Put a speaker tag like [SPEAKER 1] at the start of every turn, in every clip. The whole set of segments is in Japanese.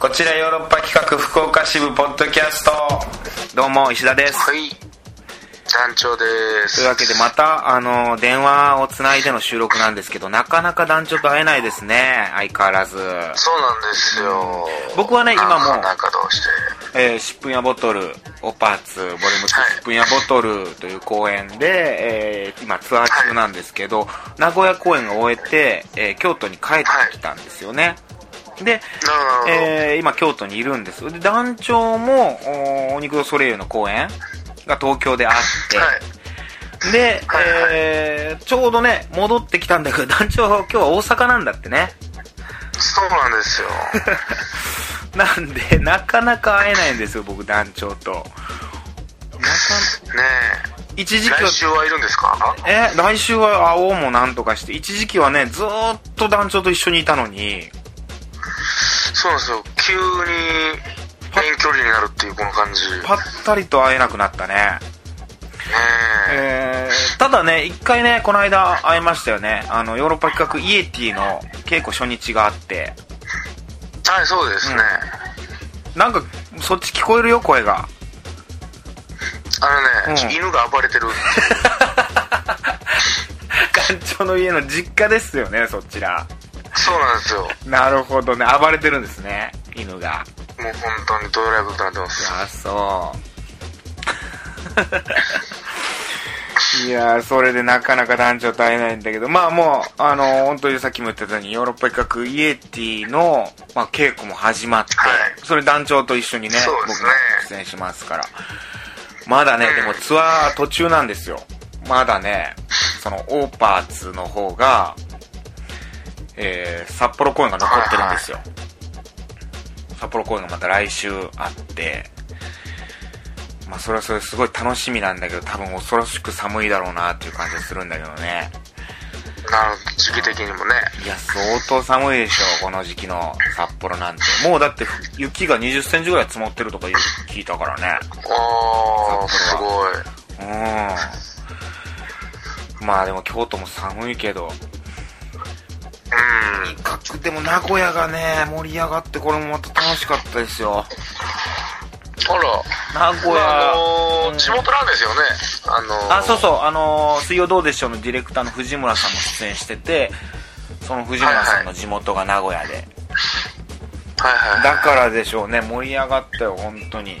[SPEAKER 1] こちらヨーロッパ企画福岡支部ポッドキャストどうも石田です
[SPEAKER 2] はい。団長です。
[SPEAKER 1] というわけでまたあの電話をつないでの収録なんですけどなかなか団長と会えないですね相変わらず
[SPEAKER 2] そうなんですよ。
[SPEAKER 1] 僕はね今も
[SPEAKER 2] なかなかどうして。
[SPEAKER 1] えー、シップンやボトル、オパーツ、ボリューム
[SPEAKER 2] はい
[SPEAKER 1] 2、シップンやボトルという公演で、えー今ツアー中なんですけど、名古屋公演を終えて、えー京都に帰ってきたんですよね。で、
[SPEAKER 2] なるほど。
[SPEAKER 1] えー今京都にいるんです。で、団長も、おお肉ドソレイユの公演が東京であって、
[SPEAKER 2] はい。
[SPEAKER 1] で、
[SPEAKER 2] はいはい
[SPEAKER 1] えーちょうどね、戻ってきたんだけど、団長今日は大阪なんだってね。
[SPEAKER 2] そうなんで すよ。
[SPEAKER 1] なんで、なかなか会えないんですよ、僕、団長と。なか
[SPEAKER 2] ね
[SPEAKER 1] 一
[SPEAKER 2] え。
[SPEAKER 1] 時期は
[SPEAKER 2] 来週はいるんですか
[SPEAKER 1] え来週は会おうもなんとかして一時期はねずーっと団長と一緒にいたのに
[SPEAKER 2] そうなんですよ。急に遠距離になるっていうこの感じ。ね
[SPEAKER 1] ぱったりと会えなくなったね、
[SPEAKER 2] え。
[SPEAKER 1] えー、ただね一回ねこの間会いましたよねあのヨーロッパ企画イエティの稽古初日があって
[SPEAKER 2] はい、そうですね。
[SPEAKER 1] なんかそっち聞こえるよ声 が
[SPEAKER 2] あのね、
[SPEAKER 1] うん
[SPEAKER 2] 犬が暴れ てる。
[SPEAKER 1] 団長の家の実家ですよねそちら
[SPEAKER 2] そうなんですよ。もう
[SPEAKER 1] なるほどね暴れてるんですね犬が
[SPEAKER 2] 本当にどうやらいことになってます。
[SPEAKER 1] あそう いやーそれでなかなか団長と会えないんだけどまあもうあのー本当にさっきも言ってたようにヨーロッパ企画イエティの、まあ、稽古も始まって、
[SPEAKER 2] はい
[SPEAKER 1] それ団長と一緒にね
[SPEAKER 2] そうです
[SPEAKER 1] 僕
[SPEAKER 2] ね
[SPEAKER 1] が出演しますからまだねでもツアー途中なんですよまだねそのオーパーツの方が、えー札幌公演が残ってるんですよ、札幌公演がまた来週あってまあそれはそれすごい楽しみなんだけど多分恐ろしく寒いだろうなっていう感じがするんだけどね
[SPEAKER 2] なるほど。時期的にもね。
[SPEAKER 1] いや相当寒いでしょこの時期の札幌なんてもうだって雪が2 0センチぐらい積もってるとか言う聞いたからね
[SPEAKER 2] おー、
[SPEAKER 1] 札
[SPEAKER 2] す
[SPEAKER 1] 幌
[SPEAKER 2] ごい。
[SPEAKER 1] うんまあでも京都も寒いけど
[SPEAKER 2] うん。
[SPEAKER 1] かでも名古屋がね盛り上がってこれもまた楽しかったですよ
[SPEAKER 2] あら。
[SPEAKER 1] 名古
[SPEAKER 2] あ
[SPEAKER 1] 屋
[SPEAKER 2] のー
[SPEAKER 1] うん
[SPEAKER 2] 地元なんですよね。あのー
[SPEAKER 1] あそうそうあのー水曜どうでしょう」のディレクターの藤村さんも出演しててその藤村さんの地元が名古屋で、
[SPEAKER 2] はいはい。
[SPEAKER 1] だからでしょうね盛り上がったよ本当に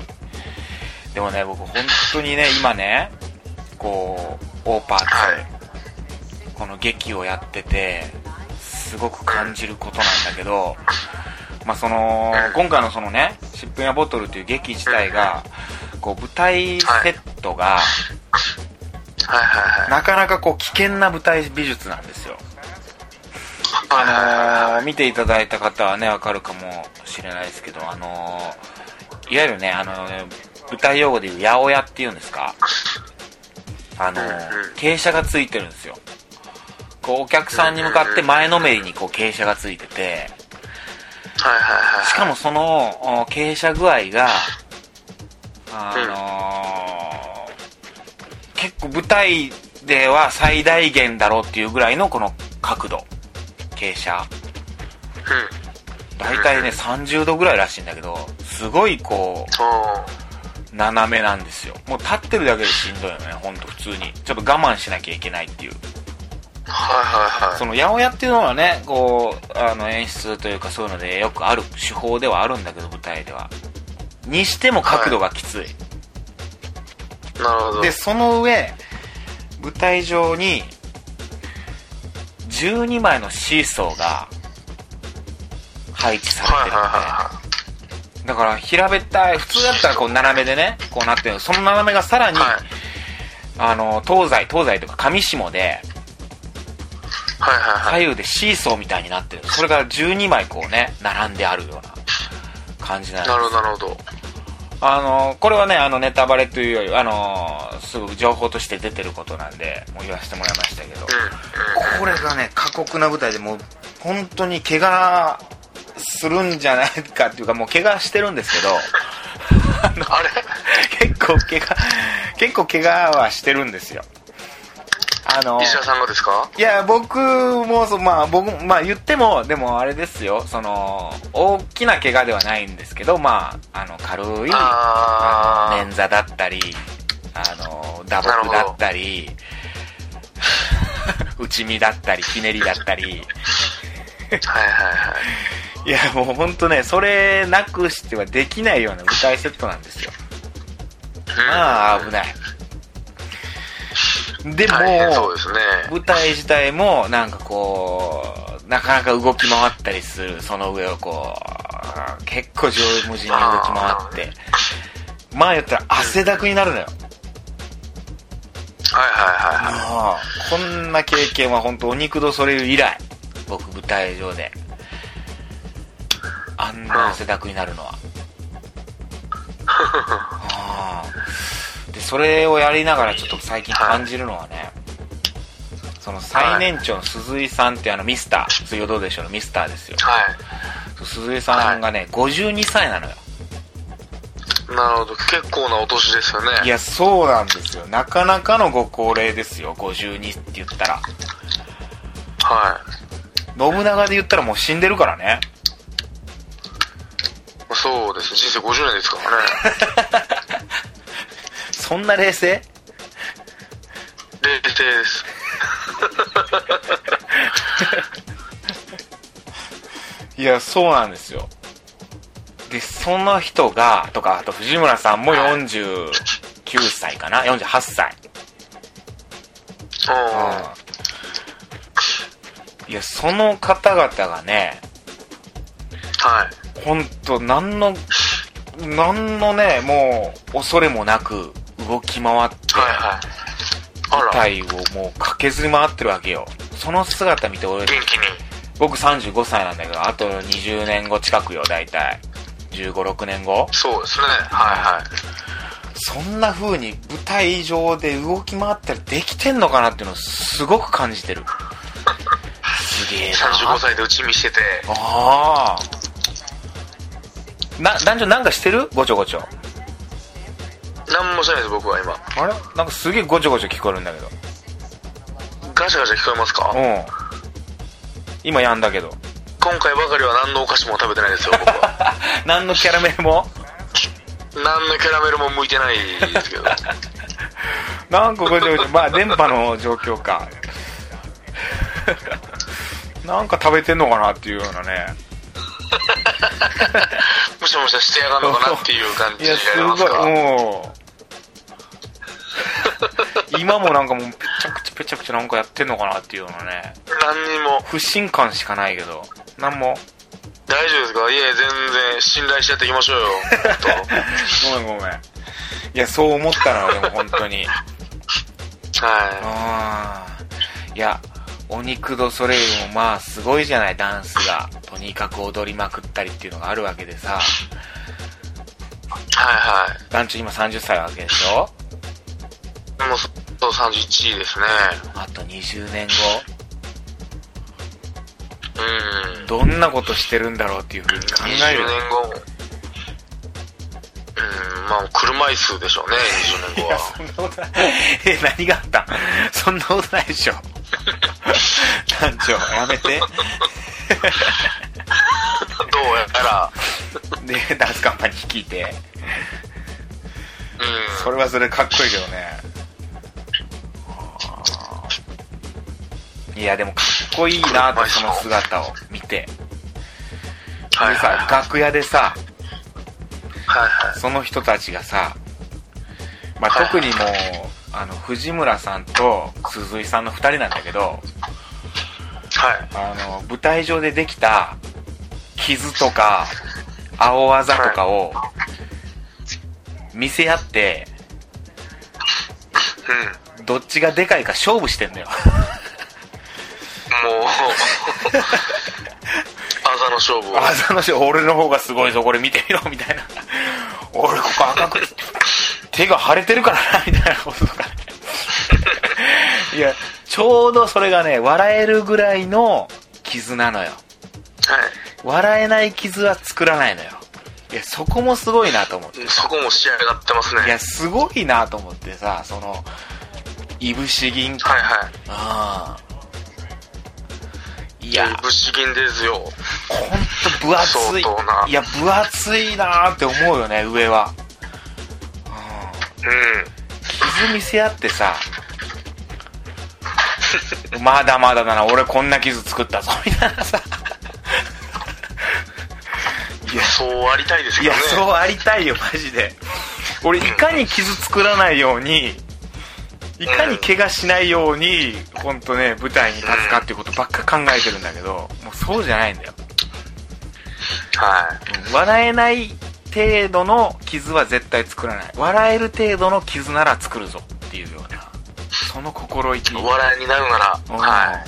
[SPEAKER 1] でもね僕本当にね今ねこうオーパーツ、
[SPEAKER 2] はい
[SPEAKER 1] この劇をやっててすごく感じることなんだけどまあその今回のそのね「シップンやボトル」という劇自体がこう舞台セットが、
[SPEAKER 2] はいはいはい。
[SPEAKER 1] なかなかこう危険な舞台美術なんですよ、
[SPEAKER 2] あ
[SPEAKER 1] あのー見ていただいた方はねわかるかもしれないですけどあのーいわゆるねあのー舞台用語でいう八百屋っていうんですかあのー
[SPEAKER 2] うんうん
[SPEAKER 1] 傾斜がついてるんですよこうお客さんに向かって前のめりにこう傾斜がついてて
[SPEAKER 2] はいはいはい。
[SPEAKER 1] しかもそのお傾斜具合が、あのー結構舞台では最大限だろうっていうぐらいのこの角度、傾斜。
[SPEAKER 2] うん。
[SPEAKER 1] だいたいね、30度ぐらいらしいんだけど、すごいこ
[SPEAKER 2] おー
[SPEAKER 1] う、斜めなんですよ。もう立ってるだけでしんどいよね、ほんと普通に。ちょっと我慢しなきゃいけないっていう。
[SPEAKER 2] はいはいはい。
[SPEAKER 1] その八百屋っていうのはね、こう、あの演出というかそういうのでよくある手法ではあるんだけど、舞台では。にしても角度がきつい
[SPEAKER 2] なるほど。
[SPEAKER 1] でその上舞台上に12枚のシーソーが配置さ
[SPEAKER 2] は
[SPEAKER 1] れ
[SPEAKER 2] い
[SPEAKER 1] てる
[SPEAKER 2] はい
[SPEAKER 1] んで、
[SPEAKER 2] は
[SPEAKER 1] だから平べったい普通だったらこう斜めでねこうなってるその斜めがさら
[SPEAKER 2] い
[SPEAKER 1] に、
[SPEAKER 2] はい。はい
[SPEAKER 1] あの東西東西とか上下で
[SPEAKER 2] はいはいはい。
[SPEAKER 1] 左右でシーソーみたいになってるそれが12枚こうね並んであるような感じなんです
[SPEAKER 2] なるほどなるほど。
[SPEAKER 1] あのこれはねあのネタバレというよりあのすごく情報として出てることなんでもう言わせてもらいましたけど、
[SPEAKER 2] うん。うん。
[SPEAKER 1] これがね過酷な舞台でもう本当に怪我するんじゃないかっていうかもう怪我してるんですけど
[SPEAKER 2] あれ
[SPEAKER 1] 結構怪我結構怪我はしてるんですよあの
[SPEAKER 2] 石田さんがですか
[SPEAKER 1] いや、僕もそう、まあ、僕も、まあ、言っても、でもあれですよ、その、大きな怪我ではないんですけど、まあ、あの、軽い、
[SPEAKER 2] あー
[SPEAKER 1] あの捻挫だったり、あの、打撲だったり、 内身だったり、ひねりだったり、
[SPEAKER 2] はいはいはい。
[SPEAKER 1] いや、もう本当ね、それなくしてはできないような舞台セットなんですよ。まあ、危ない。でも、
[SPEAKER 2] 大変そうですね。
[SPEAKER 1] 舞台自体もなんかこうなかなか動き回ったりするその上をこう結構上無尽に動き回ってまあ言ったら汗だくになるのよ
[SPEAKER 2] はいはいはいはい。
[SPEAKER 1] ああこんな経験は本当お肉どそれ以来僕舞台上であんな汗だくになるのはああでそれをやりながらちょっと最近感じるのはねその最年長の鈴井さんってあのミスター水曜どうでしょうのミスターですよ
[SPEAKER 2] は
[SPEAKER 1] 鈴井さんがね52歳なのよ
[SPEAKER 2] い。なるほど。結構なお年ですよね。
[SPEAKER 1] いやそうなんですよなかなかのご高齢ですよ52って言ったら
[SPEAKER 2] はい。
[SPEAKER 1] 信長で言ったらもう死んでるからね
[SPEAKER 2] そうです。人生50年ですからね。
[SPEAKER 1] そんな冷静
[SPEAKER 2] 冷静です。
[SPEAKER 1] いや、そうなんですよ。で、その人が、とか、あと藤村さんも49歳かな ?48 歳。
[SPEAKER 2] うん。
[SPEAKER 1] いや、その方々がね、
[SPEAKER 2] はい。
[SPEAKER 1] ほんと、なんの、なんのね、もう、恐れもなく、動き回って、
[SPEAKER 2] はいはい。
[SPEAKER 1] 舞
[SPEAKER 2] あら、
[SPEAKER 1] 台をもう駆けずり回ってるわけよ。その姿見て、俺、
[SPEAKER 2] 元気に。
[SPEAKER 1] 僕35歳なんだけど、あと20年後近くよ、だいたい。15、6年後
[SPEAKER 2] そうですね。はいはい。
[SPEAKER 1] そんな風に舞台上で動き回ったりできてんのかなっていうのをすごく感じ てる。すげえな。
[SPEAKER 2] 35歳で打ち見してて、
[SPEAKER 1] ああ。な、男女なんかしてるごちょごちょ。
[SPEAKER 2] 何もしてないです、僕は今。
[SPEAKER 1] あれなんかすげえごちょごちょ聞こえるんだけど。
[SPEAKER 2] ガシャガシャ聞こえますか
[SPEAKER 1] うん。今やんだけど。
[SPEAKER 2] 今回ばかりは何のお菓子も食べてないですよ、僕は。
[SPEAKER 1] 何のキャラメルも
[SPEAKER 2] 何のキャラメルも向いてないです けど。
[SPEAKER 1] なんかごちょごちょ。まあ、電波の状況 か。なんか食べてんのかなっていうようなね。
[SPEAKER 2] むしゃむしゃしてやがんのかなっていう感じ
[SPEAKER 1] い
[SPEAKER 2] にな
[SPEAKER 1] や、
[SPEAKER 2] り
[SPEAKER 1] すごい、
[SPEAKER 2] ます か。
[SPEAKER 1] もう。今もなんかもう、ぺちゃくちゃぺちゃくちゃなんかやってんのかなっていうのね。
[SPEAKER 2] 何にも。
[SPEAKER 1] 不信感しかないけど。なんも。
[SPEAKER 2] 大丈夫ですかいえ、全然信頼してやっていきま しょうよ。
[SPEAKER 1] ごめんごめん。いや、そう思ったのよ、でも本当に。
[SPEAKER 2] とは
[SPEAKER 1] うん。いや、お肉どそれよりもまあすごいじゃない、ダンスが。とにかく踊りまくったりっていうのがあるわけでさ。
[SPEAKER 2] い。はいは
[SPEAKER 1] 団長今30歳なわけでしょ
[SPEAKER 2] い。もう、そう、31位ですね。
[SPEAKER 1] あと20年
[SPEAKER 2] うん
[SPEAKER 1] 後、。どんなことしてるんだろうっていうふうに考えるよ
[SPEAKER 2] 20
[SPEAKER 1] ね
[SPEAKER 2] 年後。うん、まあ、車椅子でしょうね、20年後
[SPEAKER 1] いや、
[SPEAKER 2] は。
[SPEAKER 1] そんなことない。え、何があったんそんなことないでしょ。団長、やめて。
[SPEAKER 2] どうやら、
[SPEAKER 1] で、ダンスカンパニー聞いて。
[SPEAKER 2] うん。
[SPEAKER 1] それはそれかっこいいけどね。いや、でもかっこいいなと、その姿を見て。
[SPEAKER 2] はい
[SPEAKER 1] で
[SPEAKER 2] はい
[SPEAKER 1] さ、楽屋でさ、
[SPEAKER 2] はいはい。
[SPEAKER 1] その人たちがさ、ま
[SPEAKER 2] は
[SPEAKER 1] あ、
[SPEAKER 2] い
[SPEAKER 1] 特にもう、あの、藤村さんと鈴井さんの二人なんだけど、
[SPEAKER 2] はい。
[SPEAKER 1] あの、舞台上でできた傷とか、青あざとかを見せ合って、
[SPEAKER 2] うん。
[SPEAKER 1] どっちがでかいか勝負してんのよ。
[SPEAKER 2] も う、朝の勝負を。
[SPEAKER 1] あざのし、俺の方がすごいぞ、これ見てみろ、みたいな。俺ここ赤く、手が腫れてるからな、みたいなこととかね。いや、ちょうどそれがね、笑えるぐらいの傷なのよ。
[SPEAKER 2] は
[SPEAKER 1] 笑えない傷は作らないのよ。いや、そこもすごいなと思って。
[SPEAKER 2] い。そこも仕上がってます
[SPEAKER 1] いや、
[SPEAKER 2] ね。
[SPEAKER 1] すごいなと思ってさ、その、いぶし銀か。
[SPEAKER 2] はいは
[SPEAKER 1] ああ。い
[SPEAKER 2] い。い
[SPEAKER 1] や
[SPEAKER 2] や、、不思議ですよ。
[SPEAKER 1] ほんと分厚い
[SPEAKER 2] 相当な。
[SPEAKER 1] いや、分厚いなーって思うよね、上は。
[SPEAKER 2] うん。
[SPEAKER 1] 傷見せ合って さ、まだまだだな、俺こんな傷作ったぞ、みたいなさ。いや、
[SPEAKER 2] そうありたいで
[SPEAKER 1] い
[SPEAKER 2] すけど
[SPEAKER 1] や、
[SPEAKER 2] ね。
[SPEAKER 1] そうありたいよ、マジで。俺、いかに傷作らないように、いかに怪我しないように、ほんとね、舞台に立つかっていうことばっか考えてるんだけど、もうそうじゃないんだよ。
[SPEAKER 2] は
[SPEAKER 1] うん笑えない程度の傷は絶対作らない。笑える程度の傷なら作るぞっていうような、その心意気。
[SPEAKER 2] い。お笑いになるなら、
[SPEAKER 1] うん
[SPEAKER 2] は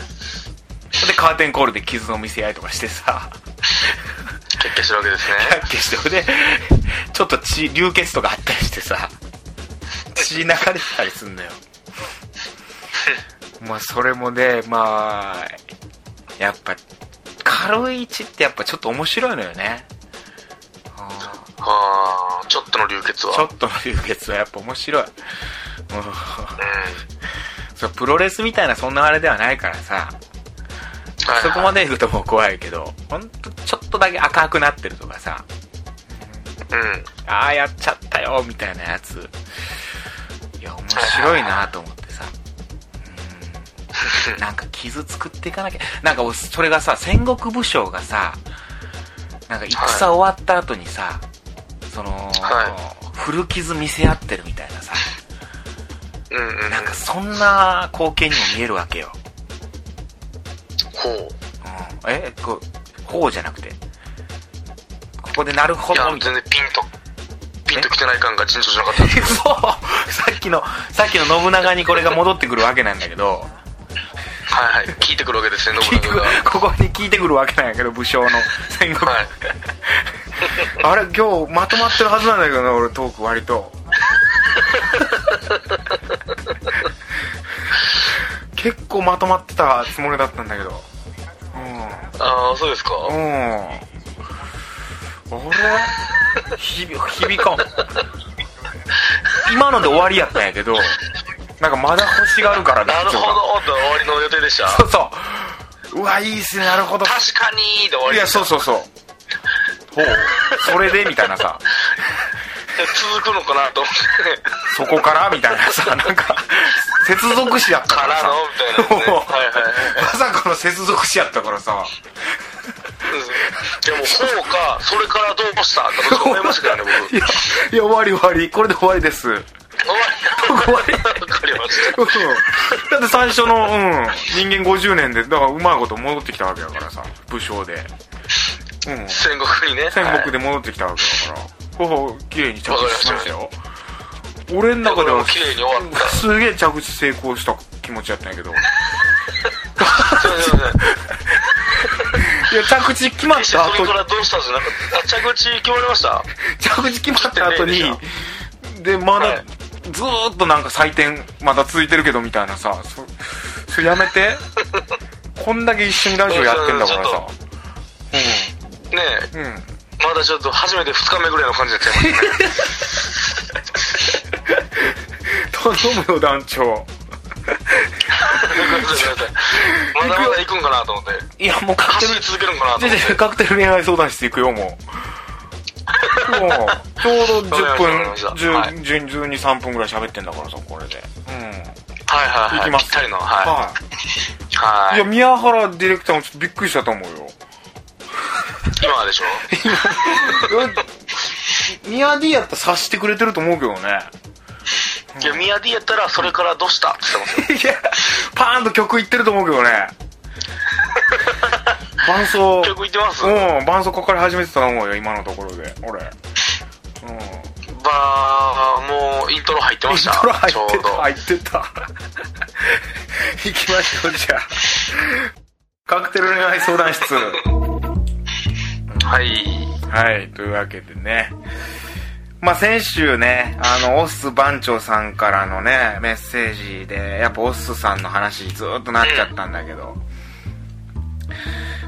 [SPEAKER 1] で、カーテンコールで傷の見せ合いとかしてさ、
[SPEAKER 2] い。決定してるわけですね。
[SPEAKER 1] 決してほんで、ちょっと血、流血とかあったりしてさ、血流れてたりすんの よ。まあ、それもね、まあ、やっぱ、軽い血ってやっぱちょっと面白いのよね。うん
[SPEAKER 2] はあ、ちょっとの流血は。
[SPEAKER 1] ちょっとの流血はやっぱ面白い。うん
[SPEAKER 2] うん。
[SPEAKER 1] そうプロレスみたいなそんなあれではないからさ、
[SPEAKER 2] はいはい
[SPEAKER 1] そこまで行くともう怖いけど、ほんとちょっとだけ赤くなってるとかさ、
[SPEAKER 2] うん。
[SPEAKER 1] ああやっちゃったよみたいなやつ。いや、面白いなと思ってさ。うんなんか傷作っていかなきゃ。なんか俺それがさ、戦国武将がさ、なんか戦終わった後にさ、その、
[SPEAKER 2] は
[SPEAKER 1] 古傷見せ合ってるみたいなさ、
[SPEAKER 2] うんうんうん。
[SPEAKER 1] なんかそんな光景にも見えるわけよ。
[SPEAKER 2] ほう。
[SPEAKER 1] うん、えこう、ほうじゃなくて。ここでなるほ
[SPEAKER 2] いや
[SPEAKER 1] ど、、みたい
[SPEAKER 2] 全然ピンと、ピンと来てない感が尋常じゃなかったんです
[SPEAKER 1] な。そうさっきの、さっきの信長にこれが戻ってくるわけなんだけど、
[SPEAKER 2] はいはい。聞いてくるわけですね、
[SPEAKER 1] 聞い
[SPEAKER 2] 信
[SPEAKER 1] て
[SPEAKER 2] 長
[SPEAKER 1] く
[SPEAKER 2] が。
[SPEAKER 1] ここに聞いてくるわけなんやけど、武将の戦国。
[SPEAKER 2] はい。
[SPEAKER 1] あれ、今日まとまってるはずなんだけどな、俺トーク割と。結構まとまってたつもりだったんだけど。うん。
[SPEAKER 2] ああ、そうですか。
[SPEAKER 1] うん。あれ響、響かん。今ので終わりやったんやけど、なんかまだ欲しがるから
[SPEAKER 2] なるほど、と終わりの予定でした。
[SPEAKER 1] ど。そうそう。うわ、いいっすね、なるほど。
[SPEAKER 2] 確かに、で終わ
[SPEAKER 1] い
[SPEAKER 2] り
[SPEAKER 1] や、
[SPEAKER 2] でし
[SPEAKER 1] そうそうそう。ほう。それでみたいなさ、
[SPEAKER 2] た。続くのかなと思 って。
[SPEAKER 1] そこからみたいなさ、なんか、接続詞やった
[SPEAKER 2] か
[SPEAKER 1] から
[SPEAKER 2] ら
[SPEAKER 1] さ。
[SPEAKER 2] のみたいなやつね。
[SPEAKER 1] もう
[SPEAKER 2] はいはいはい。
[SPEAKER 1] まさかの接続詞やったからさ。
[SPEAKER 2] でも、ほうか、それからどうしたって僕思いましたからね、僕。
[SPEAKER 1] いや、いや、終わり終わり。これで終わりです。うん
[SPEAKER 2] 終わりだ。わかりました。
[SPEAKER 1] だって最初の、うん、人間50年で、だからうまいこと戻ってきたわけだからさ、武将で。うん、
[SPEAKER 2] 戦国にね。
[SPEAKER 1] 戦国
[SPEAKER 2] で。
[SPEAKER 1] で戻ってきたわけだから。ほほ、綺麗に着地しましたよ。俺の中では、
[SPEAKER 2] 綺麗に終わった。
[SPEAKER 1] すげえ着地成功した気持ちやったんやけど。いや、
[SPEAKER 2] すいませんすいません。
[SPEAKER 1] 着地決まっ
[SPEAKER 2] 決して
[SPEAKER 1] た
[SPEAKER 2] そ
[SPEAKER 1] 後
[SPEAKER 2] れからどうしたんじゃなかった。あ、着地決まりました。
[SPEAKER 1] 着地決まった後に
[SPEAKER 2] 切って
[SPEAKER 1] で、
[SPEAKER 2] ね、
[SPEAKER 1] ま
[SPEAKER 2] は
[SPEAKER 1] だ
[SPEAKER 2] い、
[SPEAKER 1] ずーっとなんか採点、まだ続いてるけどみたいなさ、そ、それやめ て。こんだけ一緒にラジオやってんだからさ。
[SPEAKER 2] ね
[SPEAKER 1] うん。うん。
[SPEAKER 2] え、まだちょっと初めて2日目ぐらいの感じになっちゃいましたね。
[SPEAKER 1] 頼むよ、団長。
[SPEAKER 2] ごめんなさいごめんなさいまだまだ行くんかなと思って。
[SPEAKER 1] いや、もう確定
[SPEAKER 2] 走り続けるんかなと
[SPEAKER 1] じゃ
[SPEAKER 2] 思っ
[SPEAKER 1] じ
[SPEAKER 2] て。
[SPEAKER 1] ゃカクテル恋愛相談室行くよ、もう。もう、ちょうど10
[SPEAKER 2] わかりましたわかりました
[SPEAKER 1] 分、10、12、3分ぐらい喋ってんだからさ、これで。うん。
[SPEAKER 2] はいはい
[SPEAKER 1] 行
[SPEAKER 2] は
[SPEAKER 1] き
[SPEAKER 2] い。
[SPEAKER 1] ま
[SPEAKER 2] ぴ
[SPEAKER 1] す。
[SPEAKER 2] ったりの。は。
[SPEAKER 1] はい。
[SPEAKER 2] はい
[SPEAKER 1] い
[SPEAKER 2] い
[SPEAKER 1] や、。宮原ディレクターもちょっとびっくりしたと思うよ。
[SPEAKER 2] 今でしょ
[SPEAKER 1] えミヤ D やったら察してくれてると思うけどね。いや、
[SPEAKER 2] いや、ミヤディやったら、それからどうしたって言ってますよ。
[SPEAKER 1] パーンと曲いってると思うけどね。伴奏、
[SPEAKER 2] 曲行ってます
[SPEAKER 1] うん、伴奏かかり始めてたと思うよ、今のところで。俺。 うん。
[SPEAKER 2] ばー、もう、イントロ入ってました。
[SPEAKER 1] イントロ入
[SPEAKER 2] ちょ
[SPEAKER 1] って
[SPEAKER 2] う
[SPEAKER 1] た
[SPEAKER 2] ど。
[SPEAKER 1] 入ってた 行きましょうじゃあカクテル恋愛相談室
[SPEAKER 2] はい。
[SPEAKER 1] はいというわけでねまあ先週ねあのオッス番長さんからのねメッセージでやっぱオッスさんの話ずーっとなっちゃったんだけど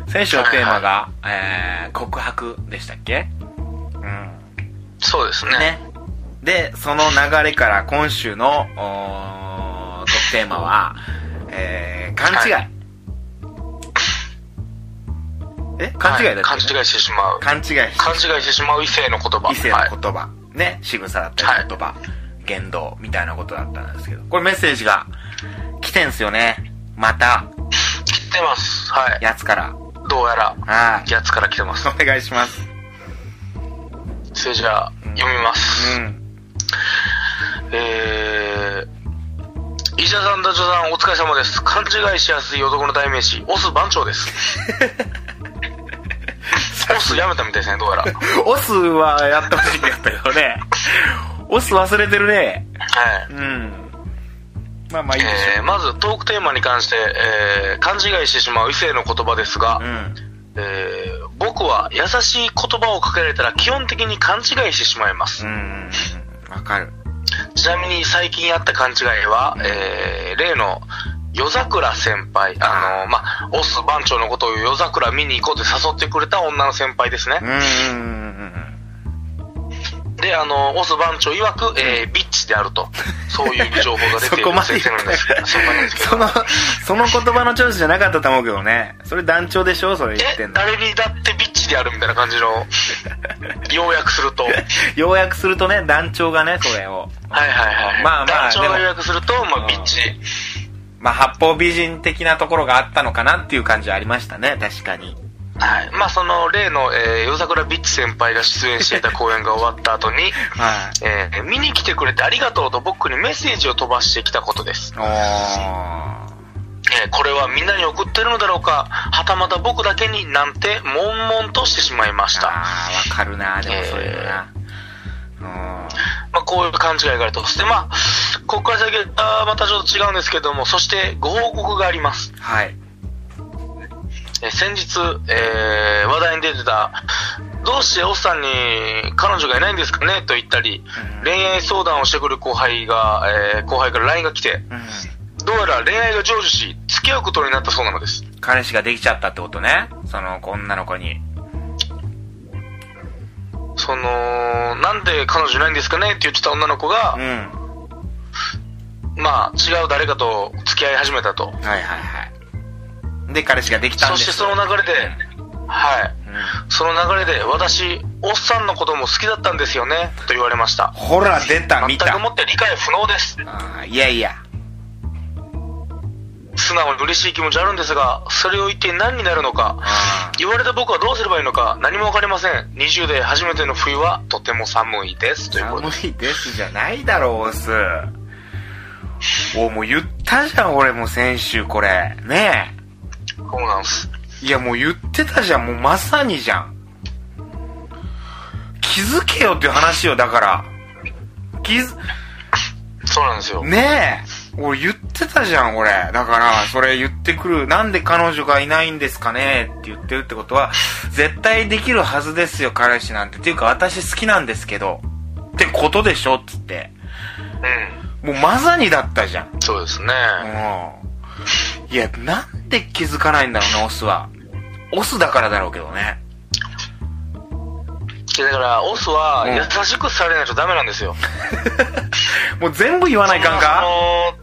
[SPEAKER 1] 先週のテーマが、えー、告白でしたっけうん
[SPEAKER 2] そうですね。
[SPEAKER 1] ね。で、その流れから今週の、おーテーマは、えー、勘違い。
[SPEAKER 2] は
[SPEAKER 1] え勘違いだっけ、
[SPEAKER 2] はい勘違いしてしまう。
[SPEAKER 1] 勘違いし
[SPEAKER 2] 勘違いしてしまう異性の言葉。
[SPEAKER 1] 異性の
[SPEAKER 2] はい
[SPEAKER 1] 言葉、ね、仕草だったり言葉、言動みたいなことだったんですけど、これメッセージが来てんすよね。また、
[SPEAKER 2] 切ってます。はい。
[SPEAKER 1] やつから。
[SPEAKER 2] どうやら、
[SPEAKER 1] はい。
[SPEAKER 2] やつから来てます。
[SPEAKER 1] お願いします。
[SPEAKER 2] それじゃあ、読みま
[SPEAKER 1] う
[SPEAKER 2] す。
[SPEAKER 1] ん。
[SPEAKER 2] えー、医者さん、ダチョさん、お疲れ様です。勘違いしやすい男の代名詞、オス番 長です。オスやめたみたいですね、どうやら。はい。
[SPEAKER 1] オスはやってほしいんだったけどね。オス忘れてるね。うん。まあまあいいでし
[SPEAKER 2] えー、まず、トークテーマに関して、えー、勘違いしてしまう異性の言葉ですが
[SPEAKER 1] ょう。、うん。
[SPEAKER 2] えー、僕は優しい言葉をかけられたら基本的に勘違いしてしまいます
[SPEAKER 1] う。ん。わかる。
[SPEAKER 2] ちなみに最近あった勘違いは、えー、例の夜桜先輩、あの、まあ、オス番長のことを夜桜見に行こうって誘ってくれた女の先輩ですね
[SPEAKER 1] う。ん。
[SPEAKER 2] で、あの、オス番長曰く、えー、ビッチであると。そういう情報が出
[SPEAKER 1] そ
[SPEAKER 2] てい
[SPEAKER 1] こ
[SPEAKER 2] る
[SPEAKER 1] まで
[SPEAKER 2] 先生
[SPEAKER 1] 言
[SPEAKER 2] な
[SPEAKER 1] っ
[SPEAKER 2] んですけど、先輩なんですけ
[SPEAKER 1] そ
[SPEAKER 2] ど
[SPEAKER 1] の、その言葉のチョイスじゃなかったと思うけどね。それ団長でしょそれ言って
[SPEAKER 2] え
[SPEAKER 1] ん、の。
[SPEAKER 2] 誰にだってビッチであるみたいな感じの、 要約すると。はい
[SPEAKER 1] 要約するとね、団長がね、それを。
[SPEAKER 2] はいはい。
[SPEAKER 1] まあまあ
[SPEAKER 2] 団長
[SPEAKER 1] でも
[SPEAKER 2] が要約すると、まあ、ビッチ。
[SPEAKER 1] まあ、八方美人的なところがあったのかなっていう感じはありましたね、確かに。
[SPEAKER 2] はい。まあ、その、例の、えー、夜桜ビッチ先輩が出演していた公演が終わった後に、
[SPEAKER 1] はい。
[SPEAKER 2] えー見に来てくれてありがとうと僕にメッセージを飛ばしてきたことです。
[SPEAKER 1] おー。
[SPEAKER 2] えーこれはみんなに送ってるのだろうか、はたまた僕だけになんて、悶々としてしまいました。
[SPEAKER 1] あー、わかるな、でもそういうのな。うん
[SPEAKER 2] まあ、こういう勘違いがあると。そして、まあ、ここから先はまたちょっと違うんですけども、そしてご報告があります。
[SPEAKER 1] はい。
[SPEAKER 2] えー先日、えー話題に出てた、どうしておっさんに彼女がいないんですかねと言ったり、
[SPEAKER 1] うん
[SPEAKER 2] 恋愛相談をしてくる後輩が、えー後輩から LINE が来て、
[SPEAKER 1] うん。
[SPEAKER 2] どうやら恋愛が成就し、付き合うことになったそうなのです。
[SPEAKER 1] 彼氏ができちゃったってことね。その女の子に。
[SPEAKER 2] その、なんで彼女いないんですかねって言ってた女の子が
[SPEAKER 1] う、ん。は
[SPEAKER 2] まあ、違う誰かと付き合い始めたと。
[SPEAKER 1] いはいはい。で、彼氏ができたん
[SPEAKER 2] そ
[SPEAKER 1] です
[SPEAKER 2] してその流れで、はい。
[SPEAKER 1] うん
[SPEAKER 2] その流れで、私、おっさんのことも好きだったんですよね、と言われました。
[SPEAKER 1] ほら、出た、見
[SPEAKER 2] 全く
[SPEAKER 1] た。
[SPEAKER 2] もって理解不能です。
[SPEAKER 1] あーいやいや。
[SPEAKER 2] 素直に嬉しい気持ちあるんですが、それを一体何になるのか、
[SPEAKER 1] あ
[SPEAKER 2] 言われた僕はどうすればいいのか、何もわかりません。20代初めての冬は、とても寒いです。ということ
[SPEAKER 1] 寒
[SPEAKER 2] で。
[SPEAKER 1] いですじゃないだろう、オス。お、もう言ったじゃん、俺もう先週これ。ね
[SPEAKER 2] そうなんです。
[SPEAKER 1] え。いや、もう言ってたじゃん、もうまさにじゃん。気づけよっていう話よ、だから。気づ、
[SPEAKER 2] そうなんですよ。
[SPEAKER 1] ねえ。俺言ってたじゃん、俺。だから、それ言ってくる。なんで彼女がいないんですかねって言ってるってことは、絶対できるはずですよ、彼氏なんて。っていうか、私好きなんですけど。ってことでしょつって。
[SPEAKER 2] うん。
[SPEAKER 1] もうまさにだったじゃん。
[SPEAKER 2] そうですね。
[SPEAKER 1] うん。いや、なんで気づかないんだろうね、オスは。オスだからだろうけどね。
[SPEAKER 2] いやだから、オスは
[SPEAKER 1] うん
[SPEAKER 2] 優しくされないとダメなんですよ。
[SPEAKER 1] もう全部言わないかんか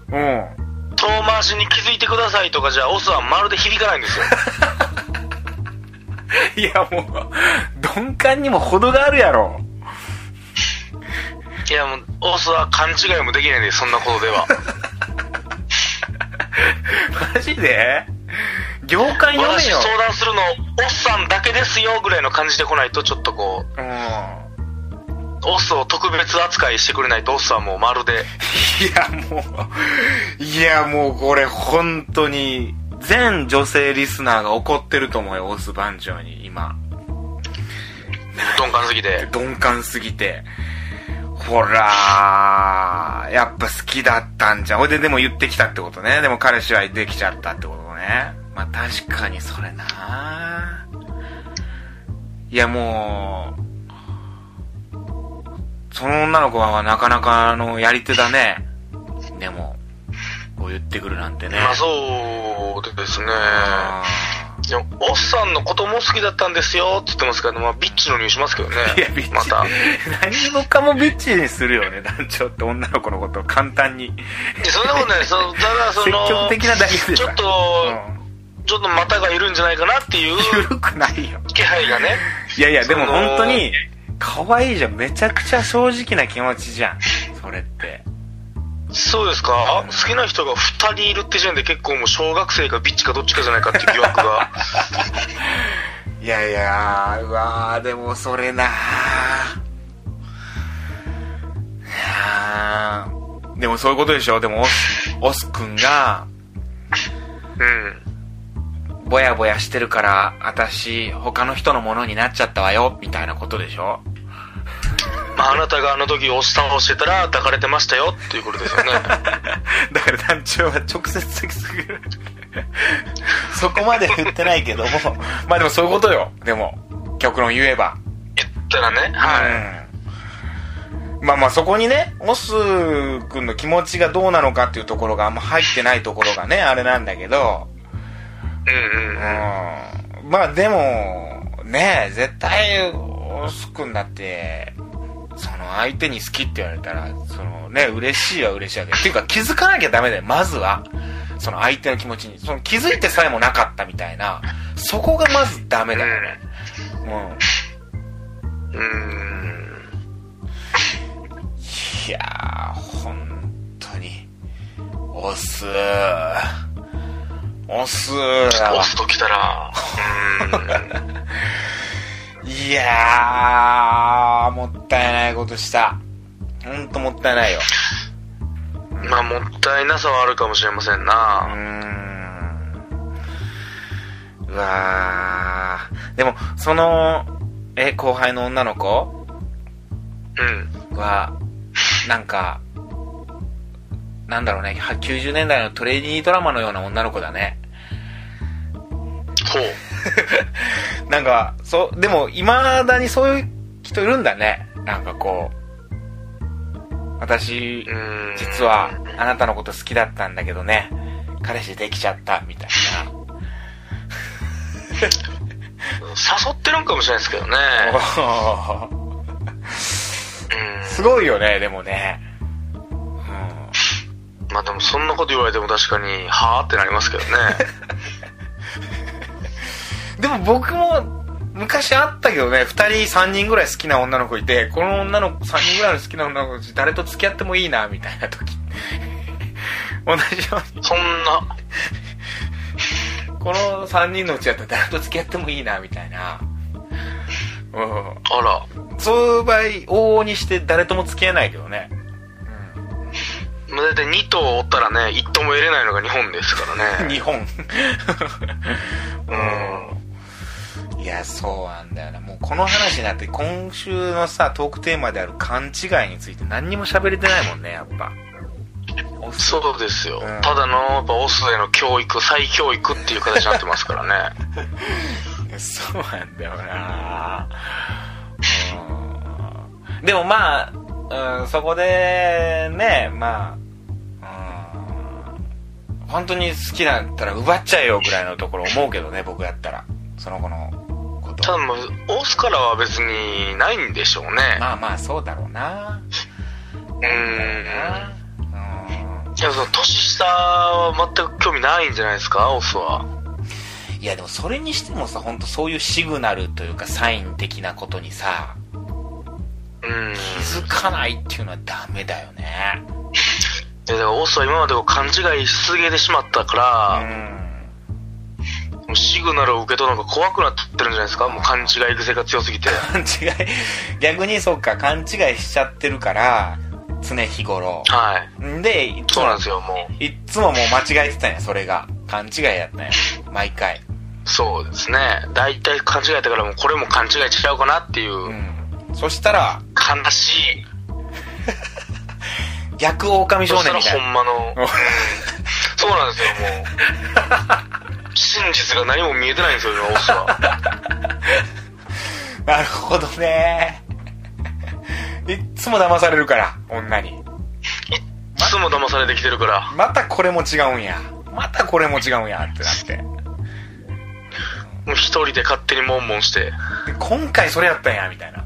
[SPEAKER 2] そ
[SPEAKER 1] うん。
[SPEAKER 2] の遠回しに気づいてくださいとかじゃ、オスはまるで響かないんです よ。
[SPEAKER 1] いや、もう、鈍感にも程があるやろ。
[SPEAKER 2] いや、もう、オスは勘違いもできないんです、そんなことで は。
[SPEAKER 1] マジで業界読め
[SPEAKER 2] 私
[SPEAKER 1] よ。
[SPEAKER 2] 相談するの、オスさんだけですよぐらいの感じで来ないと、ちょっとこう、
[SPEAKER 1] うん。い
[SPEAKER 2] オスを特別扱いしてくれないと、オスはもうまるで、
[SPEAKER 1] や、もう、いや、もうこれ、本当に、全女性リスナーが怒ってると思うよ、オス番長に、今。
[SPEAKER 2] 鈍感すぎて。
[SPEAKER 1] 鈍感すぎて。ほらー、やっぱ好きだったんじゃん。ほいで、でも言ってきたってことね。でも彼氏はできちゃったってことね。まあ確かにそれなーいやもう、その女の子はなかなかあのやり手だね。でも、こう言ってくるなんてね。
[SPEAKER 2] まあそうですね。
[SPEAKER 1] あー
[SPEAKER 2] でもおっさんのことも好きだったんですよって言ってますけど、まあ、ビッチの匂いしますけどね
[SPEAKER 1] いや、ビッチ。
[SPEAKER 2] また
[SPEAKER 1] 何もかもビッチにするよね、団長って女の子のことを簡単に。
[SPEAKER 2] いやそんなことないそのだからそ
[SPEAKER 1] 積
[SPEAKER 2] の
[SPEAKER 1] 極的なだけで
[SPEAKER 2] ち
[SPEAKER 1] さ
[SPEAKER 2] ょっと、
[SPEAKER 1] うん
[SPEAKER 2] ちょっと股がいるんじゃないかなっていう
[SPEAKER 1] 緩くないよ。
[SPEAKER 2] 気配がね
[SPEAKER 1] いやいや、でも
[SPEAKER 2] その
[SPEAKER 1] 本当に、可愛いじゃん。めちゃくちゃ正直な気持ちじゃん。それって。
[SPEAKER 2] そうですか好きな人が2人いるって時点で結構もう小学生かビッチかどっちかじゃないかっていう疑惑 が
[SPEAKER 1] いやいやうわー、でもそれなーいやーでもそういうことでしょでもオス、オスくんが、
[SPEAKER 2] うん
[SPEAKER 1] ぼやぼやしてるから、私、他の人のものになっちゃったわよ、みたいなことでしょ
[SPEAKER 2] まあ、あなたがあの時押し倒してたら抱かれてましたよっていうことですよね。
[SPEAKER 1] だから団長は直接的すぎる。そこまで振ってないけども。まあでもそういうことよ。でも、極論言えば。
[SPEAKER 2] 言ったらね。はい。
[SPEAKER 1] うんまあまあそこにね、オス君の気持ちがどうなのかっていうところがあんま入ってないところがね、あれなんだけど、
[SPEAKER 2] うんうん
[SPEAKER 1] う
[SPEAKER 2] うん。
[SPEAKER 1] ん。まあでも、ねえ、絶対、オス君だって、その相手に好きって言われたら、そのね、嬉しいは嬉しいわけ。っていうか気づかなきゃダメだよ、まずは。その相手の気持ちに。その気づいてさえもなかったみたいな、そこがまずダメだよね。うん。
[SPEAKER 2] うーん。
[SPEAKER 1] いやー、本当に。オスオス
[SPEAKER 2] 押すときたら、うーん。
[SPEAKER 1] いやー、もったいないことした。ほんともったいないよ。
[SPEAKER 2] まあ、もったいなさはあるかもしれません
[SPEAKER 1] うー
[SPEAKER 2] な。
[SPEAKER 1] ん。うわー。でも、その、え、後輩の女の子
[SPEAKER 2] うん。
[SPEAKER 1] は、なんか、なんだろうね、は90年代のトレーニードラマのような女の子だね。
[SPEAKER 2] ほう。
[SPEAKER 1] なんか、そう、でも、未だにそういう人いるんだね。なんかこう、私
[SPEAKER 2] う、ーん。
[SPEAKER 1] 実は、あなたのこと好きだったんだけどね、彼氏できちゃった、みたいな。
[SPEAKER 2] 誘ってるんかもしれないですけどね。
[SPEAKER 1] おー すごいよね、でもね。うん
[SPEAKER 2] うん。まあ、でもそんなこと言われても確かに、はぁってなりますけど ね。
[SPEAKER 1] でも僕も、昔あったけどね、二人、三人ぐらい好きな女の子いて、この女の子、三人ぐらいの好きな女の子のうち、誰と付き合ってもいいな、みたいな時。 同じように。
[SPEAKER 2] そんな、
[SPEAKER 1] この3人のうちだったら誰と付き合ってもいいな、みたいな。う
[SPEAKER 2] あら。
[SPEAKER 1] ん。そういう場合、往々にして誰とも付き合えないけどね。
[SPEAKER 2] まあ、だいたい2頭おったらね、1頭も得れないのが日本ですから ね。
[SPEAKER 1] 日本。
[SPEAKER 2] うん。
[SPEAKER 1] うん。いや、そうなんだよな。もうこの話になって、今週のさ、トークテーマである勘違いについて何にも喋れてないもんね、やっぱ。
[SPEAKER 2] そうですよ、
[SPEAKER 1] うん
[SPEAKER 2] ただのやっぱオスへの教育再教育っていう形になってますからね
[SPEAKER 1] そうなんだよなうんでもまあ、うん、そこでねまあ、うん、本当に好きだったら奪っちゃえよぐらいのところ思うけどね僕だったらその子のこ
[SPEAKER 2] た
[SPEAKER 1] と
[SPEAKER 2] だもうオスからは別にないんでしょうね
[SPEAKER 1] まあまあそうだろうな
[SPEAKER 2] う
[SPEAKER 1] な
[SPEAKER 2] ーん
[SPEAKER 1] うん
[SPEAKER 2] いやその年下は全く興味ないんじゃないですかオスはい
[SPEAKER 1] やでもそれにしてもさ本当そういうシグナルというかサイン的なことにさ
[SPEAKER 2] うん い
[SPEAKER 1] 気づかないっていうのはダメだよね
[SPEAKER 2] やだからオスは今までこう勘違いし続けてしまったか
[SPEAKER 1] ん
[SPEAKER 2] ら、もうシグナルを受け取るのが怖くなってるんじゃないですかもう勘違い癖が強すぎて
[SPEAKER 1] 勘違い逆にそっか勘違いしちゃってるから常日頃
[SPEAKER 2] はい
[SPEAKER 1] んでいつ
[SPEAKER 2] そう
[SPEAKER 1] も
[SPEAKER 2] なんですよも
[SPEAKER 1] いっつももう間違えてたんやそれが勘違いやったんや毎回
[SPEAKER 2] うそうですね大体勘違いだからもうこれも勘違いしちゃうかなっていう、
[SPEAKER 1] うんそしたら
[SPEAKER 2] 悲しい
[SPEAKER 1] 逆狼少
[SPEAKER 2] そした
[SPEAKER 1] 年
[SPEAKER 2] ら
[SPEAKER 1] みた
[SPEAKER 2] ほ
[SPEAKER 1] いなん
[SPEAKER 2] まの、うんそうなんですよ、もう。真実が何も見えてないんですよ、今、オ スは。
[SPEAKER 1] なるほどねいっつも騙されるから女に
[SPEAKER 2] いつも騙されてきてるから、
[SPEAKER 1] またこれも違うんやまたこれも違うんやってなって
[SPEAKER 2] もう一人で勝手に悶々して、
[SPEAKER 1] で今回それやったんや、みたいな。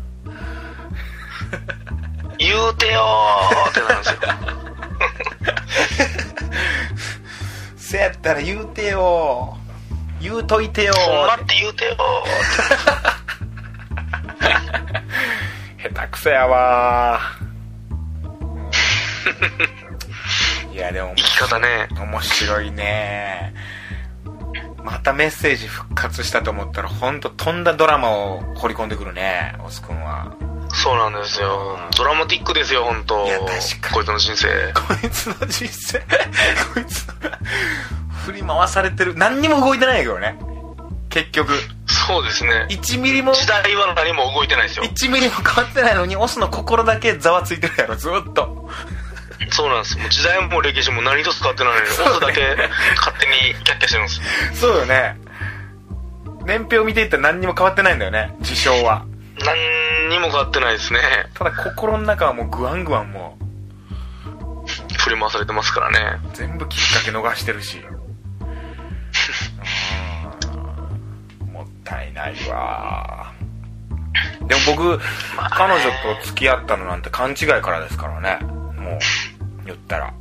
[SPEAKER 2] 言うてよーってなるんですよ。
[SPEAKER 1] せやったら言うてよ言うといてよ
[SPEAKER 2] ほんまって言うてよーっ
[SPEAKER 1] 下手くそやわーいや、でも
[SPEAKER 2] て。生き方ね。
[SPEAKER 1] 面白いねまたメッセージ復活したと思ったらほんと飛んだドラマを掘り込んでくるねオス君は
[SPEAKER 2] そうなんですよ。ドラマティックですよ、本当
[SPEAKER 1] いや確かに
[SPEAKER 2] こいつの人生。
[SPEAKER 1] こいつの人生こいつの振り回されてる何にも動いてないけどね結局
[SPEAKER 2] そうですね。
[SPEAKER 1] 1ミリも
[SPEAKER 2] 時代は何も動いてないですよ。
[SPEAKER 1] 1ミリも変わってないのにオスの心だけざわついてるやろずっと
[SPEAKER 2] そうなんです。もう時代も歴史も何一つ変わってないのに、
[SPEAKER 1] そうね
[SPEAKER 2] 音だ け勝手にキャッキャしてるんです。
[SPEAKER 1] そうよね年表見ていったら何にも変わってないんだよね事象は
[SPEAKER 2] 何にも変わってないですね。
[SPEAKER 1] ただ心の中はもうグワングワンもう
[SPEAKER 2] 振り回されてますからね。
[SPEAKER 1] 全部きっかけ逃してるし うーんもったいないわでも僕彼女と付き合ったのなんて勘違いからですからねもう言ったら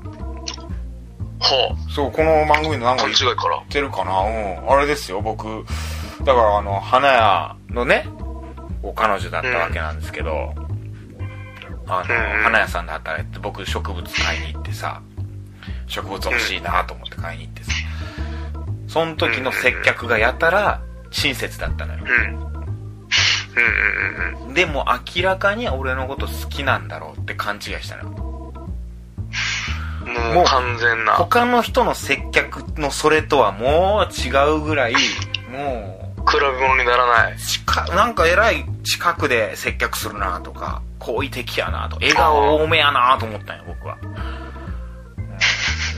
[SPEAKER 2] ほ
[SPEAKER 1] そうこの番組のなん
[SPEAKER 2] う。
[SPEAKER 1] か
[SPEAKER 2] 勘違いから
[SPEAKER 1] っ。てるかなうん。あれですよ、僕。だから、あの、花屋のね、お彼女だったわけなんですけど、あ
[SPEAKER 2] うん
[SPEAKER 1] の、花屋さんで働いて、僕植物買いに行ってさ、植物欲しいなと思って買いに行ってさ、その時の接客がやたら親切だったのよ。
[SPEAKER 2] うん。うんうんうんうん。
[SPEAKER 1] でも明らかに俺のこと好きなんだろうって勘違いしたのよ。も
[SPEAKER 2] も
[SPEAKER 1] う
[SPEAKER 2] う完全な。
[SPEAKER 1] 他の人の接客のそれとはもう違うぐらい、もう、
[SPEAKER 2] 比べ物にならない。
[SPEAKER 1] 近なんかえらい近くで接客するなとか好意的やなと笑顔多めやなと思ったんよ僕は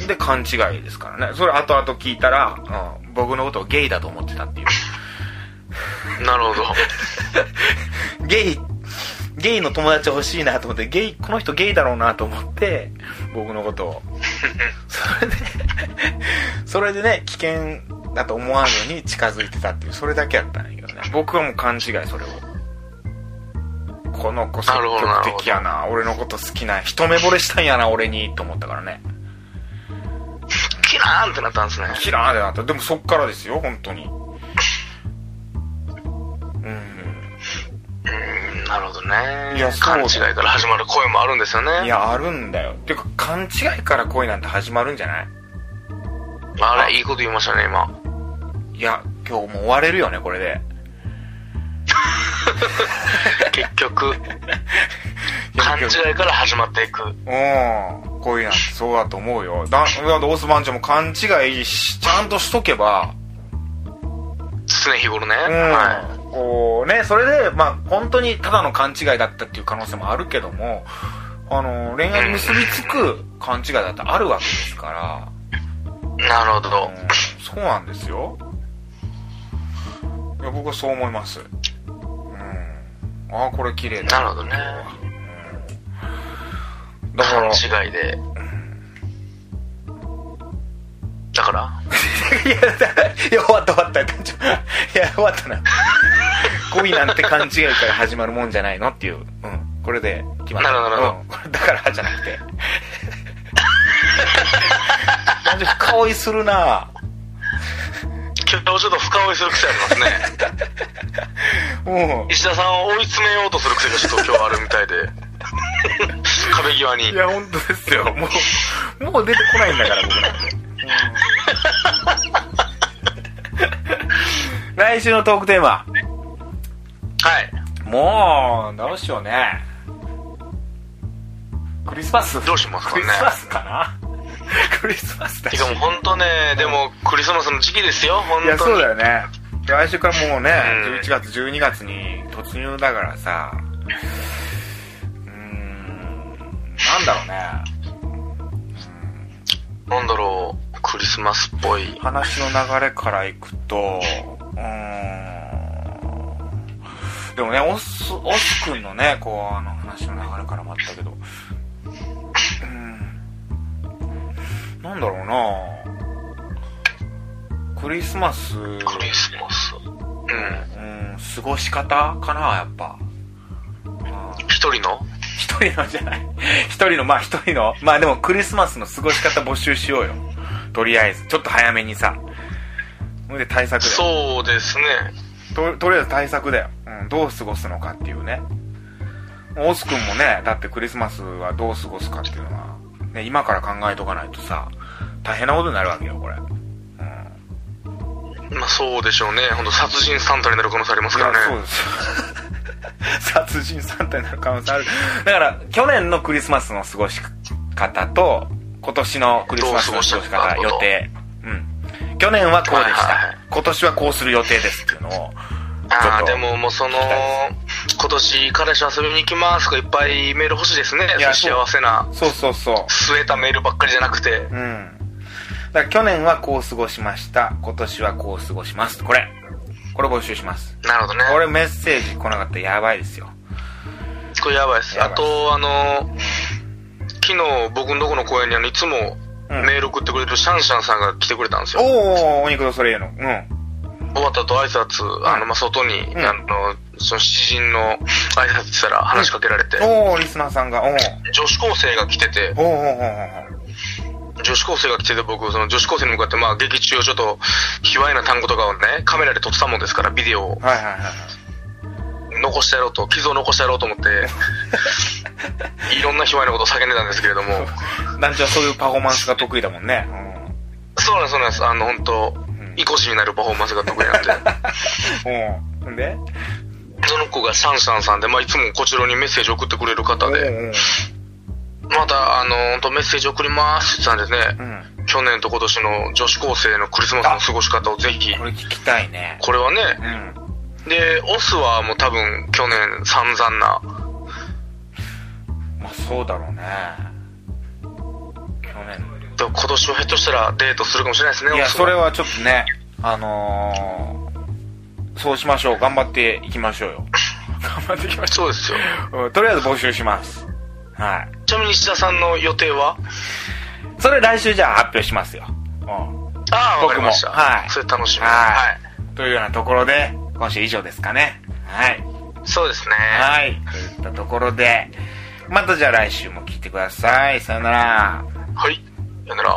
[SPEAKER 1] うんで勘違いですからねそれ後々聞いたら、うん、僕のことをゲイだと思ってたっていう
[SPEAKER 2] なるほど。
[SPEAKER 1] ゲイゲイの友達欲しいなと思ってゲイこの人ゲイだろうなと思って僕のこと をそれで それでね危険だと思わずに近づいてたっていうそれだけやったんやけどね僕はもう勘違いそれをこの子積極的やな俺のこと好きな一目惚れしたんやな俺にと思ったからね
[SPEAKER 2] キラーンってなったんですね。
[SPEAKER 1] キラーでなったでもそっからですよ本当にうん
[SPEAKER 2] うーん、なるほどね。
[SPEAKER 1] いやそう
[SPEAKER 2] 勘違いから始まる声もあるんですよね。
[SPEAKER 1] いや、あるんだよ。てか、勘違いから恋なんて始まるんじゃない
[SPEAKER 2] あれ、いいこと言いましたね、今。
[SPEAKER 1] いや、今日もう終われるよね、これで。
[SPEAKER 2] 結局、勘違いから始まっていく。
[SPEAKER 1] うん。恋なんてそうだと思うよ。だ、だってオス番長も勘違いし、ちゃんとしとけば、
[SPEAKER 2] 常日頃ね。
[SPEAKER 1] うん。
[SPEAKER 2] は
[SPEAKER 1] こうね、それで、まあ、本当にただの勘違いだったっていう可能性もあるけども、あの、恋愛に結びつく勘違いだってあるわけですか
[SPEAKER 2] い。なる
[SPEAKER 1] ら、
[SPEAKER 2] ほど
[SPEAKER 1] うん。、そうなんですよ。いや、僕はそう思います。うん。ああ、これ綺麗だ。
[SPEAKER 2] なるほどね。
[SPEAKER 1] だから、
[SPEAKER 2] 勘違いで。だから
[SPEAKER 1] いや、だいや終わった終わった。ちょいや、終わったな。恋なんて勘違いから始まるもんじゃないのっていう。うん。これで決まった。
[SPEAKER 2] なるほどなるほど
[SPEAKER 1] うんこれだからじゃなくて。なんで深追いするな
[SPEAKER 2] 今日ちょっと深追いする癖あります ね。
[SPEAKER 1] うん。
[SPEAKER 2] 石田さんを追い詰めようとする癖がちょっと今日あるみたいで。壁際に。
[SPEAKER 1] いや、本当ですよ。もう、もう出てこないんだから、僕なんて。うん来週のトークテーマ。
[SPEAKER 2] はい。
[SPEAKER 1] もう、どうしようね。クリスマス
[SPEAKER 2] どうしますか
[SPEAKER 1] ク
[SPEAKER 2] ね
[SPEAKER 1] リスマスかなクリスマスだ
[SPEAKER 2] て
[SPEAKER 1] し。
[SPEAKER 2] かもう本当ね、でもクリスマスの時期ですよ、本
[SPEAKER 1] いや、
[SPEAKER 2] 当
[SPEAKER 1] そ
[SPEAKER 2] に。
[SPEAKER 1] うだよね。来週からもうね、
[SPEAKER 2] うん
[SPEAKER 1] 11月、12月に突入だからさ、うーん、なんだろうね。
[SPEAKER 2] なんだろう、クリスマスっぽい。
[SPEAKER 1] 話の流れからいくと、うーん。でもね、オス、オス君のね、こう、あの話の流れからもあったけど、うん。なんだろうなクリスマス、
[SPEAKER 2] クリスマス。うん。
[SPEAKER 1] うん、過ごし方かな、やっぱ。うん
[SPEAKER 2] 一人の
[SPEAKER 1] 一人のじゃない。一人の、まあ一人の、まあでもクリスマスの過ごし方募集しようよ。とりあえず。ちょっと早めにさ。それで対策だよ。
[SPEAKER 2] そうですね。
[SPEAKER 1] と、とりあえず対策だよ。うん、どう過ごすのかっていうね。オス君もね、だってクリスマスはどう過ごすかっていうのは、ね、今から考えとかないとさ、大変なことになるわけよ、これ。うん。
[SPEAKER 2] まあそうでしょうね。本当殺人サンタになる可能性あります
[SPEAKER 1] い
[SPEAKER 2] か
[SPEAKER 1] や、
[SPEAKER 2] ら
[SPEAKER 1] そう
[SPEAKER 2] ね。
[SPEAKER 1] です。 殺人サンタになる可能性ある。だから、去年のクリスマスの過ごし方と、今年のクリスマスの過ごし
[SPEAKER 2] どう過ごした
[SPEAKER 1] 方、
[SPEAKER 2] のか
[SPEAKER 1] 予定。うん。去年はこうでし
[SPEAKER 2] はいはいは
[SPEAKER 1] た
[SPEAKER 2] い。
[SPEAKER 1] 今年はこうする予定ですっていうのを、
[SPEAKER 2] あ
[SPEAKER 1] ちょ
[SPEAKER 2] あ、
[SPEAKER 1] っと
[SPEAKER 2] でももうその
[SPEAKER 1] 聞きた、
[SPEAKER 2] 今年彼氏遊びに行きますとかいっぱいメール欲しいですね。
[SPEAKER 1] いや
[SPEAKER 2] 幸せな、
[SPEAKER 1] そうそうそ
[SPEAKER 2] 据えたメールばっかりじゃなくて。
[SPEAKER 1] う。うん。だから去年はこう過ごしました。今年はこう過ごします。これ。これ募集します。
[SPEAKER 2] なるほどね。
[SPEAKER 1] これメッセージ来なかったらやばいですよ。
[SPEAKER 2] これやばいです。
[SPEAKER 1] や
[SPEAKER 2] あ
[SPEAKER 1] ばい
[SPEAKER 2] と、あの、昨日僕のとこの公園にあの、いつも
[SPEAKER 1] うん
[SPEAKER 2] メール送ってくれるシャンシャンさんが来てくれたんです
[SPEAKER 1] お
[SPEAKER 2] よ。
[SPEAKER 1] ー、お肉とそれ言うの。うん。
[SPEAKER 2] 終わった後挨拶、あの、まあ、外に、
[SPEAKER 1] ん
[SPEAKER 2] あの、その詩人の挨拶したら話しかけられて、
[SPEAKER 1] おー、リスナーさんが、おー。
[SPEAKER 2] 女子高生が来てて
[SPEAKER 1] お、ー、おー、おー、おー。
[SPEAKER 2] 女子高生が来てて僕、その女子高生に向かって、まあ、劇中をちょっと、卑猥な単語とかをね、カメラで撮ってたもんですから、ビデオを
[SPEAKER 1] はいはいはいはい。
[SPEAKER 2] 残してやろうと、傷を残してやろうと 思って、いろんな卑猥なことを叫んでたんですけれども、
[SPEAKER 1] 団長はそういうパフォーマンスが得意だもんね。
[SPEAKER 2] そうなんです、そうなんです。あの、本当意固地になるパフォーマンスが得意なんで。
[SPEAKER 1] うん。うん。んで
[SPEAKER 2] その子がシャンシャンさんで、まあ、いつもこちらにメッセージ送ってくれる方で、
[SPEAKER 1] うんうん
[SPEAKER 2] また、あの、本当メッセージ送りますって言ってたんで
[SPEAKER 1] う
[SPEAKER 2] ね、
[SPEAKER 1] ん。
[SPEAKER 2] 去年と今年の女子高生のクリスマスの過ごし方をぜひ
[SPEAKER 1] こ、れ聞きたいね。
[SPEAKER 2] これはね、
[SPEAKER 1] うん。
[SPEAKER 2] で、オスはもう多分去年散々な、
[SPEAKER 1] まあそうだろうね。去年。
[SPEAKER 2] で今年はひょっとしたらデートするかもしれないですね、
[SPEAKER 1] いや、
[SPEAKER 2] オス
[SPEAKER 1] それはちょっとね、あのー、そうしましょう。頑張っていきましょうよ。 頑張っていきましょ
[SPEAKER 2] そうですよ。
[SPEAKER 1] う。うんとりあえず募集します。はい。
[SPEAKER 2] ちなみに石田さんの予定は
[SPEAKER 1] それ来週じゃあ発表しますよ。う
[SPEAKER 2] ああ、わかりました。
[SPEAKER 1] 僕もはい
[SPEAKER 2] それ楽しみ。
[SPEAKER 1] はい
[SPEAKER 2] はい。
[SPEAKER 1] ん。というようなところで、今週以上ですかね。はい。
[SPEAKER 2] そうですね。
[SPEAKER 1] はい。といったところで、またじゃあ来週も聞いてください。さよなら。
[SPEAKER 2] はい。さよなら。